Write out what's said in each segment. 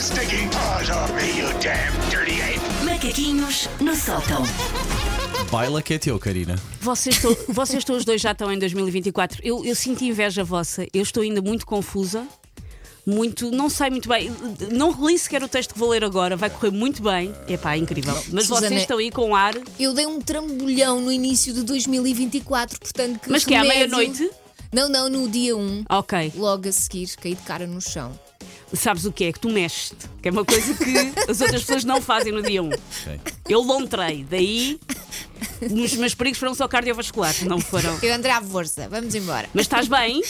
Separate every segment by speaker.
Speaker 1: sticking paws off me, you damn dirty ape!
Speaker 2: Macaquinhos no sótão.
Speaker 3: Baila que é teu, Karina.
Speaker 4: Vocês, to- vocês todos dois já estão em 2024. Eu, eu sinto inveja vossa. Eu estou ainda muito confusa. Muito, não sei muito bem, não li sequer o texto que vou ler agora, vai correr muito bem. Epá, é incrível. Mas
Speaker 5: Susana,
Speaker 4: vocês estão aí com ar.
Speaker 5: Eu dei um trambolhão no início de 2024, portanto que.
Speaker 4: Mas que é à
Speaker 5: remédio-
Speaker 4: meia-noite?
Speaker 5: Não, não, no dia 1,
Speaker 4: Ok.
Speaker 5: logo a seguir, caí de cara no chão.
Speaker 4: Sabes o que é? Que tu mexes que é uma coisa que as outras pessoas não fazem no dia 1.
Speaker 3: Ok.
Speaker 4: Eu lontrei, daí os meus perigos foram só cardiovasculares, não foram.
Speaker 5: Eu andrei à força, vamos embora.
Speaker 4: Mas estás bem?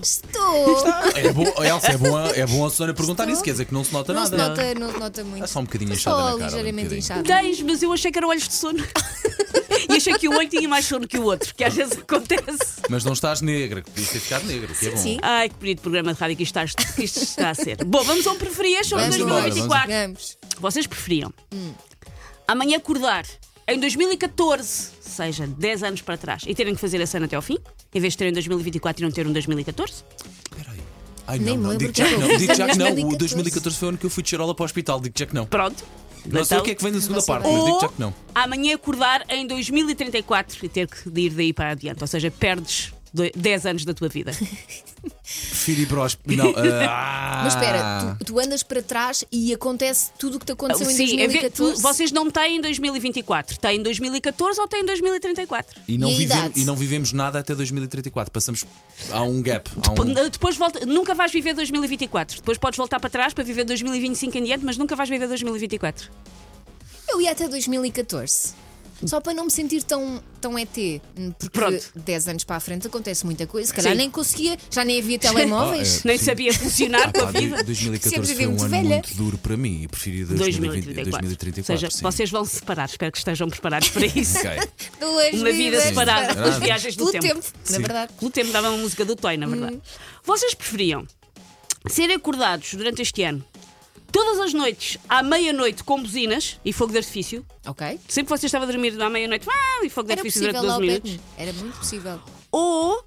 Speaker 5: Estou!
Speaker 3: É bom, Elsa, é bom, a- é bom a Susana perguntar isso, quer dizer que não se nota
Speaker 5: não, se
Speaker 3: nada.
Speaker 5: nota, não se nota muito.
Speaker 3: Está só um bocadinho
Speaker 5: Estou
Speaker 3: inchada na cara. um
Speaker 5: ligeiramente
Speaker 3: bocadinho.
Speaker 5: inchada.
Speaker 4: Tens, mas eu achei que eram olhos de sono. e achei que um olho tinha mais sono que o outro, que às vezes acontece.
Speaker 3: Mas não estás negra, que podias ter ficado negra, que é bom.
Speaker 5: sim.
Speaker 4: Ai, que bonito programa de rádio que isto está, que isto está a um ser. Bom, vamos ao preferias sobre
Speaker 3: Vamos Hum. embora,
Speaker 4: 2024.
Speaker 5: Vamos.
Speaker 4: Vocês preferiam amanhã acordar em 2014, ou seja, 10 anos para trás, e terem que fazer esse ano até ao fim, em vez de terem 2024 e não ter um 2014?
Speaker 3: Espera aí. Ai,
Speaker 5: Nem
Speaker 3: não,
Speaker 5: me
Speaker 3: não, digo
Speaker 5: lembro que
Speaker 3: já que
Speaker 5: eu
Speaker 3: não.
Speaker 5: fiz
Speaker 3: Digo
Speaker 5: em
Speaker 3: já que não. O
Speaker 5: 2014.
Speaker 3: 2014 foi o ano que eu fui de Charola para o hospital, digo já que não.
Speaker 4: Pronto.
Speaker 3: Não sei
Speaker 4: Então,
Speaker 3: o que é que vem na segunda
Speaker 5: Não sei
Speaker 3: parte,
Speaker 5: bem.
Speaker 3: mas digo já
Speaker 4: Ou
Speaker 3: que não.
Speaker 4: amanhã acordar em 2034 e ter que ir daí para adiante, ou seja, perdes doi- 10 anos da tua vida.
Speaker 3: Prefiro ir para o hospital. Não. ah.
Speaker 5: Mas espera, tu, tu andas para trás e acontece tudo o que te
Speaker 3: um
Speaker 5: aconteceu em
Speaker 4: Sim, é porque tu-
Speaker 5: 2014.
Speaker 4: vocês não têm em 2024, têm em 2014 ou têm em 2034?
Speaker 3: E não,
Speaker 5: E a
Speaker 3: vivemos,
Speaker 5: idade?
Speaker 3: e não vivemos nada até 2034. Passamos. Há um gap. Há
Speaker 5: Tipo,
Speaker 4: Pô,
Speaker 3: um...
Speaker 4: n- Depois volta, nunca vais viver 2024. Depois podes voltar para trás para viver 2025 em diante, mas nunca vais viver 2024.
Speaker 5: Eu ia até 2014. Só para não me sentir tão, tão ET, porque
Speaker 4: Pronto.
Speaker 5: 10 anos para a frente acontece muita coisa. Se calhar
Speaker 4: Sim.
Speaker 5: nem conseguia, já nem havia telemóveis.
Speaker 4: Nem
Speaker 3: Sim.
Speaker 4: sabia funcionar
Speaker 3: Ah,
Speaker 4: com
Speaker 3: pá,
Speaker 4: a vida.
Speaker 3: 2014 foi
Speaker 5: Sempre
Speaker 3: um
Speaker 5: muito
Speaker 3: ano
Speaker 5: velha.
Speaker 3: muito duro para mim e preferi 2020,
Speaker 4: 2034.
Speaker 3: 2034.
Speaker 4: Ou seja,
Speaker 3: sim.
Speaker 4: vocês vão se separar. Espero que estejam preparados para isso.
Speaker 3: Ok.
Speaker 5: Duas
Speaker 4: Uma vida
Speaker 5: vidas
Speaker 4: separada,
Speaker 3: separadas.
Speaker 4: duas viagens no
Speaker 5: Pelo
Speaker 4: tempo.
Speaker 5: tempo, na
Speaker 3: Sim.
Speaker 5: verdade.
Speaker 4: Pelo tempo dava uma música do Toy, na verdade. Vocês preferiam ser acordados durante este ano todas as noites à meia-noite com buzinas e fogo de artifício?
Speaker 5: Ok.
Speaker 4: Sempre que vocês estavam a dormir à meia-noite ah, e fogo de
Speaker 5: Era
Speaker 4: artifício
Speaker 5: possível
Speaker 4: durante 12
Speaker 5: lá ao pé de
Speaker 4: minutos?
Speaker 5: mim. Era muito possível.
Speaker 4: Ou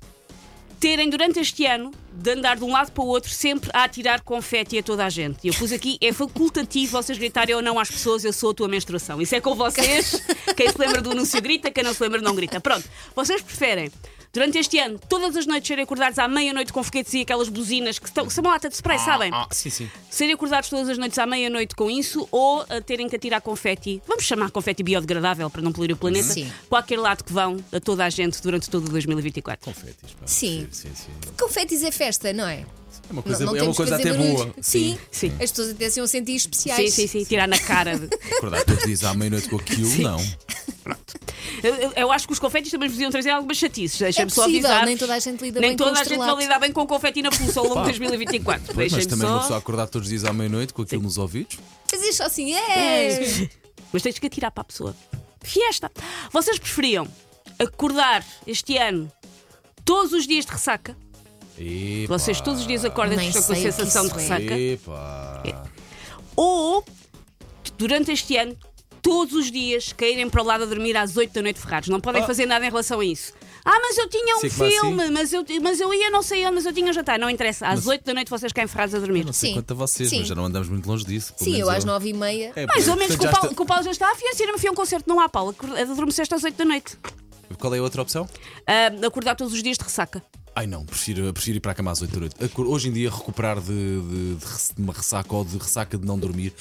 Speaker 4: terem durante este ano de andar de um lado para o outro sempre a atirar confete a toda a gente. E eu pus aqui, é facultativo vocês gritarem ou não às pessoas, eu sou a tua menstruação. Isso é com vocês. Quem se lembra do anúncio grita, quem não se lembra não grita. Pronto, vocês preferem. Durante este ano, todas as noites serem acordados à meia-noite com foguetes e aquelas buzinas que estão, são uma lata de spray, sabem?
Speaker 3: Ah, sim, sim.
Speaker 4: Serem acordados todas as noites à meia-noite com isso ou a terem que atirar confeti, vamos chamar confeti biodegradável para não poluir o planeta,
Speaker 5: Sim.
Speaker 4: qualquer lado que vão a toda a gente durante todo o 2024.
Speaker 3: Confetis, pá.
Speaker 5: Sim.
Speaker 3: sim, sim.
Speaker 5: Confetes é festa, não é?
Speaker 3: É uma coisa,
Speaker 5: não, não
Speaker 3: é uma
Speaker 5: temos
Speaker 3: coisa
Speaker 5: que fazer
Speaker 3: até
Speaker 5: barulhos.
Speaker 3: boa.
Speaker 5: Sim.
Speaker 4: Sim.
Speaker 5: As pessoas até se iam sentir
Speaker 4: Sim,
Speaker 5: especiais.
Speaker 4: sim, sim, tirar na cara. de-
Speaker 3: Acordar todos os dias à meia-noite com aquilo, não.
Speaker 4: Eu, eu- eu acho que os confetes também vos iam trazer algumas chatices. Deixa-me só
Speaker 5: É possível,
Speaker 4: avisar.
Speaker 5: nem toda a gente lida
Speaker 4: nem
Speaker 5: bem com
Speaker 4: toda
Speaker 5: os
Speaker 4: a gente vai
Speaker 5: estrelatos.
Speaker 4: lidar bem com confeti na pulsa ao longo de 2024.
Speaker 3: Pois, mas
Speaker 4: Deixem-me
Speaker 3: também uma
Speaker 4: só.
Speaker 3: pessoa acordar todos os dias à meia-noite com aquilo nos ouvidos.
Speaker 5: Fazias só assim, é!
Speaker 4: Mas tens que atirar para a pessoa. Fiesta! Vocês preferiam acordar este ano todos os dias de ressaca?
Speaker 3: E
Speaker 4: Vocês todos os dias acordam
Speaker 5: Nem
Speaker 4: e estão com a
Speaker 5: sei o que
Speaker 4: sensação de
Speaker 5: isso é.
Speaker 4: ressaca?
Speaker 3: Epá.
Speaker 4: Ou, durante este ano, todos os dias caírem para lá a dormir às 8 da noite ferrados. Não
Speaker 3: Ah.
Speaker 4: podem fazer nada em relação a isso. Ah, mas eu tinha um
Speaker 3: Sei que vai
Speaker 4: filme, mas, eu, mas eu ia não sei onde, mas eu tinha um jantar. Não interessa. Às 8 da noite vocês caem ferrados a dormir.
Speaker 3: Não sei
Speaker 5: Sim.
Speaker 3: quanto a vocês,
Speaker 5: Sim.
Speaker 3: mas já não andamos muito longe disso. pelo
Speaker 5: Sim,
Speaker 3: menos
Speaker 5: eu às nove e meia.
Speaker 3: É,
Speaker 4: Mais ou
Speaker 3: portanto,
Speaker 4: menos, que
Speaker 3: já
Speaker 4: o Paulo,
Speaker 3: está-
Speaker 4: que o Paulo já está a fiançar-me fui a um concerto, não há Paulo. Acor- Adormeceste às 8 da noite.
Speaker 3: Qual é a outra opção?
Speaker 4: Ah, acordar todos os dias de ressaca.
Speaker 3: Ai não, prefiro, prefiro ir para a cama às 8 da noite. Acor- Hoje em dia, recuperar de, de- de res- de uma ressaca ou de ressaca de não dormir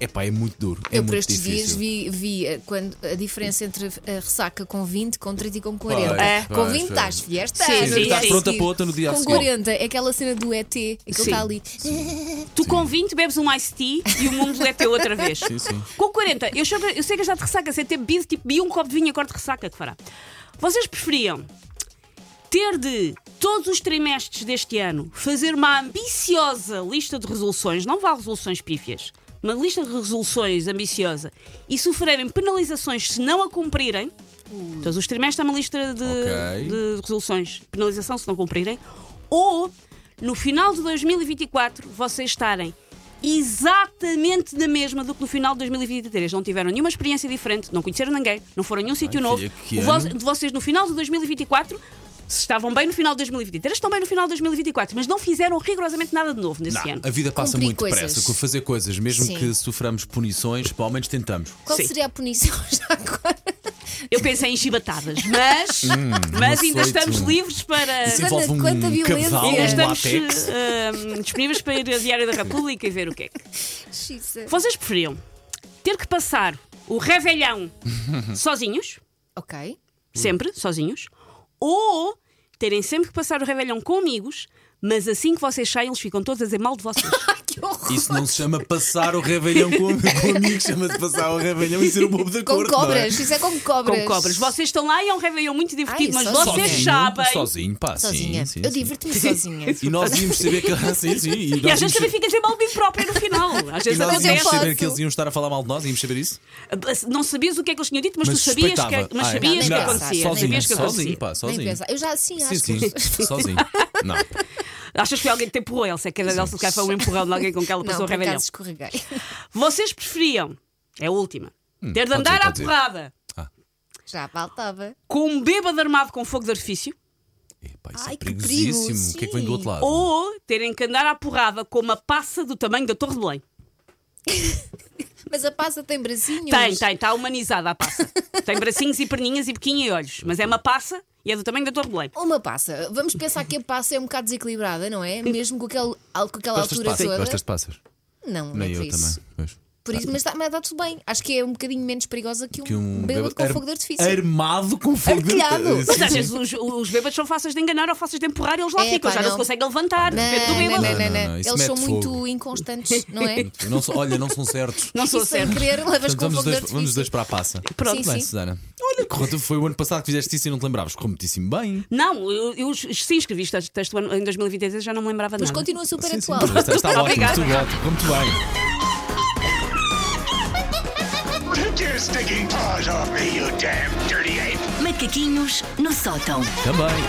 Speaker 3: é pá, é muito duro. é
Speaker 5: eu
Speaker 3: muito
Speaker 5: por estes dias
Speaker 3: difícil.
Speaker 5: vi, vi eh, quando, a diferença entre a ressaca com 20, com 30 e com 40.
Speaker 3: Pois,
Speaker 5: É. com
Speaker 3: pois,
Speaker 5: 20
Speaker 3: pois.
Speaker 5: estás fiesta.
Speaker 4: Sim,
Speaker 5: no
Speaker 4: sim,
Speaker 5: dia
Speaker 4: estás
Speaker 5: a
Speaker 3: pronta
Speaker 5: seguir.
Speaker 3: para outra no dia a
Speaker 5: Com
Speaker 3: seguir.
Speaker 5: 40, é aquela cena do ET, aquele que
Speaker 4: Sim.
Speaker 5: está tá ali.
Speaker 4: Tu com 20 bebes um iced tea e o mundo é teu outra vez.
Speaker 3: Sim, sim.
Speaker 4: Com 40, eu, chego, eu sei que já de ressaca, sem ter bebido tipo e um copo de vinho agora de ressaca que fará. Vocês preferiam ter de todos os trimestres deste ano fazer uma ambiciosa lista de resoluções, não vá resoluções pífias, uma lista de resoluções ambiciosa e sofrerem penalizações se não a cumprirem. Todos os trimestres há uma lista de,
Speaker 3: Ok.
Speaker 4: de resoluções, penalização se não cumprirem, ou no final de 2024 vocês estarem exatamente na mesma do que no final de 2023. Não tiveram nenhuma experiência diferente, não conheceram ninguém, não foram a nenhum sítio novo.
Speaker 3: filha, que
Speaker 4: O vo-
Speaker 3: ano.
Speaker 4: de vocês no final de 2024 se estavam bem no final de 2023, estão bem no final de 2024, mas não fizeram rigorosamente nada de novo nesse ano.
Speaker 3: Não, a vida passa
Speaker 5: Cumprir
Speaker 3: muito
Speaker 5: coisas.
Speaker 3: depressa. com Fazer coisas, mesmo
Speaker 5: Sim.
Speaker 3: que soframos punições, pelo menos tentamos.
Speaker 5: Qual
Speaker 4: Sim.
Speaker 5: seria a punição já agora?
Speaker 4: Eu pensei em chibatadas, mas,
Speaker 3: Hum,
Speaker 4: mas ainda
Speaker 3: aceito.
Speaker 4: estamos livres para.
Speaker 3: Isso
Speaker 5: Quanta-
Speaker 3: envolve um
Speaker 5: quanta violência.
Speaker 3: cavalo,
Speaker 4: Ainda
Speaker 5: Ainda
Speaker 3: um
Speaker 4: estamos
Speaker 3: látex.
Speaker 4: eh, disponíveis para ir a Diário da República e ver o que é que.
Speaker 5: Xisa.
Speaker 4: Vocês preferiam ter que passar o revelhão sozinhos,
Speaker 5: Ok.
Speaker 4: sempre sozinhos, ou terem sempre que passar o revelhão com amigos, mas assim que vocês saem, eles ficam todos a dizer mal de vocês.
Speaker 5: Ai, que horror.
Speaker 3: Isso é não se chama passar o Réveillon com, com amigos, chama-se passar o Réveillon e ser o bobo da
Speaker 5: Com
Speaker 3: corte. não é?
Speaker 5: cobras, isso é com cobras.
Speaker 4: com cobras. Vocês estão lá e é um revelhão muito divertido,
Speaker 5: Ai,
Speaker 4: mas
Speaker 5: sozinho.
Speaker 4: vocês
Speaker 3: Sozinho,
Speaker 4: sabem.
Speaker 3: Sozinho, pá, sim,
Speaker 5: Sozinha.
Speaker 3: sim,
Speaker 5: eu
Speaker 3: sim.
Speaker 5: divirto-me sozinha.
Speaker 3: E nós íamos saber que. Ah, sim, sim. E
Speaker 4: E
Speaker 3: nós
Speaker 4: às vezes
Speaker 3: íamos
Speaker 4: também fica a dizer mal de mim próprio no final. Às
Speaker 3: E
Speaker 4: vezes
Speaker 3: nós
Speaker 5: Mas
Speaker 3: íamos
Speaker 5: eu posso.
Speaker 4: acontece.
Speaker 3: saber que eles iam estar a falar mal de nós, íamos saber isso?
Speaker 4: Não sabias o que é que eles tinham dito, mas,
Speaker 3: Mas
Speaker 4: tu sabias
Speaker 3: suspeitava.
Speaker 4: que, mas
Speaker 3: Ah, é.
Speaker 4: sabias
Speaker 5: Não,
Speaker 4: que acontecia.
Speaker 5: sozinho,
Speaker 4: sabias que
Speaker 3: sozinho,
Speaker 4: acontecia.
Speaker 3: pá,
Speaker 5: Nem
Speaker 3: sozinho.
Speaker 5: pensar. Eu já sim, acho
Speaker 3: Sim,
Speaker 5: que.
Speaker 3: sim, sozinho. Não,
Speaker 4: Achas que foi alguém que te empurrou, Elsa? Que a Elsa se calhar foi um empurrão de alguém com que ela
Speaker 5: Não,
Speaker 4: passou o
Speaker 5: por
Speaker 4: revelhão.
Speaker 5: acaso escorreguei.
Speaker 4: Vocês preferiam, é a última, ter de
Speaker 3: Hum, pode
Speaker 4: andar
Speaker 3: ser,
Speaker 4: à
Speaker 3: pode ser.
Speaker 4: porrada
Speaker 5: Já faltava.
Speaker 4: com um bêbado armado com fogo de artifício
Speaker 3: Epá, isso
Speaker 5: Ai,
Speaker 3: é
Speaker 5: que perigo,
Speaker 3: perigosíssimo. o que é que vem do outro
Speaker 5: sim.
Speaker 3: lado?
Speaker 4: ou terem que andar à porrada com uma passa do tamanho da Torre de Belém?
Speaker 5: Mas a passa tem bracinhos.
Speaker 4: Tem, tem, está humanizada a passa. Tem bracinhos e perninhas e boquinha e olhos, mas é uma passa e é do tamanho da Torre de Belém.
Speaker 5: Uma passa. Vamos pensar que a passa é um bocado desequilibrada, não é? Mesmo com, aquele, al- com aquela
Speaker 3: Gostas de
Speaker 5: altura
Speaker 3: passas?
Speaker 5: toda.
Speaker 3: Gostas de passas?
Speaker 5: Não, não é
Speaker 3: Nem eu
Speaker 5: por isso.
Speaker 3: também. pois.
Speaker 5: Por isso, mas está mas está tudo bem. Acho que é um bocadinho menos perigosa que um,
Speaker 3: Que um
Speaker 5: bêbado com
Speaker 3: ar-
Speaker 5: fogo de artifício.
Speaker 3: Armado com fogo
Speaker 5: Artilhado.
Speaker 3: de
Speaker 4: Mas
Speaker 3: artifício.
Speaker 4: às vezes os, os bêbados são fáceis de enganar ou fáceis de empurrar e eles lá
Speaker 5: É,
Speaker 4: ficam,
Speaker 5: pá,
Speaker 4: já não,
Speaker 5: não.
Speaker 4: se conseguem levantar,
Speaker 5: Não,
Speaker 4: depende É do
Speaker 5: Ah, não,
Speaker 4: bêbado.
Speaker 5: não, não,
Speaker 3: Não, não,
Speaker 5: não.
Speaker 3: isso
Speaker 5: Eles são
Speaker 3: mete fogo.
Speaker 5: muito inconstantes, não é?
Speaker 3: Não são- olha, não são certos.
Speaker 4: Não sou
Speaker 5: E sem
Speaker 4: certo.
Speaker 5: querer, levas
Speaker 3: Portanto,
Speaker 5: com
Speaker 3: vamos,
Speaker 5: fogo
Speaker 3: os
Speaker 5: de
Speaker 3: dois, vamos os dois
Speaker 5: artifício.
Speaker 3: para a passa.
Speaker 4: Pronto.
Speaker 3: Muito bem,
Speaker 5: Sim, sim.
Speaker 3: Susana. Olha, correu, foi o ano passado que fizeste isso e não te lembravas. Correu muitíssimo bem.
Speaker 4: Não, eu, eu sim escrevi este texto em 2023 já não me lembrava de
Speaker 5: Mas
Speaker 4: nada.
Speaker 5: continua super
Speaker 3: Sim, sim,
Speaker 5: atual.
Speaker 3: está, está ótimo,
Speaker 4: Obrigada.
Speaker 3: tudo ótimo. Correu Muito bem.
Speaker 1: Take your stinking paws off me, you damn dirty ape!
Speaker 2: Macaquinhos no sótão.
Speaker 3: Também.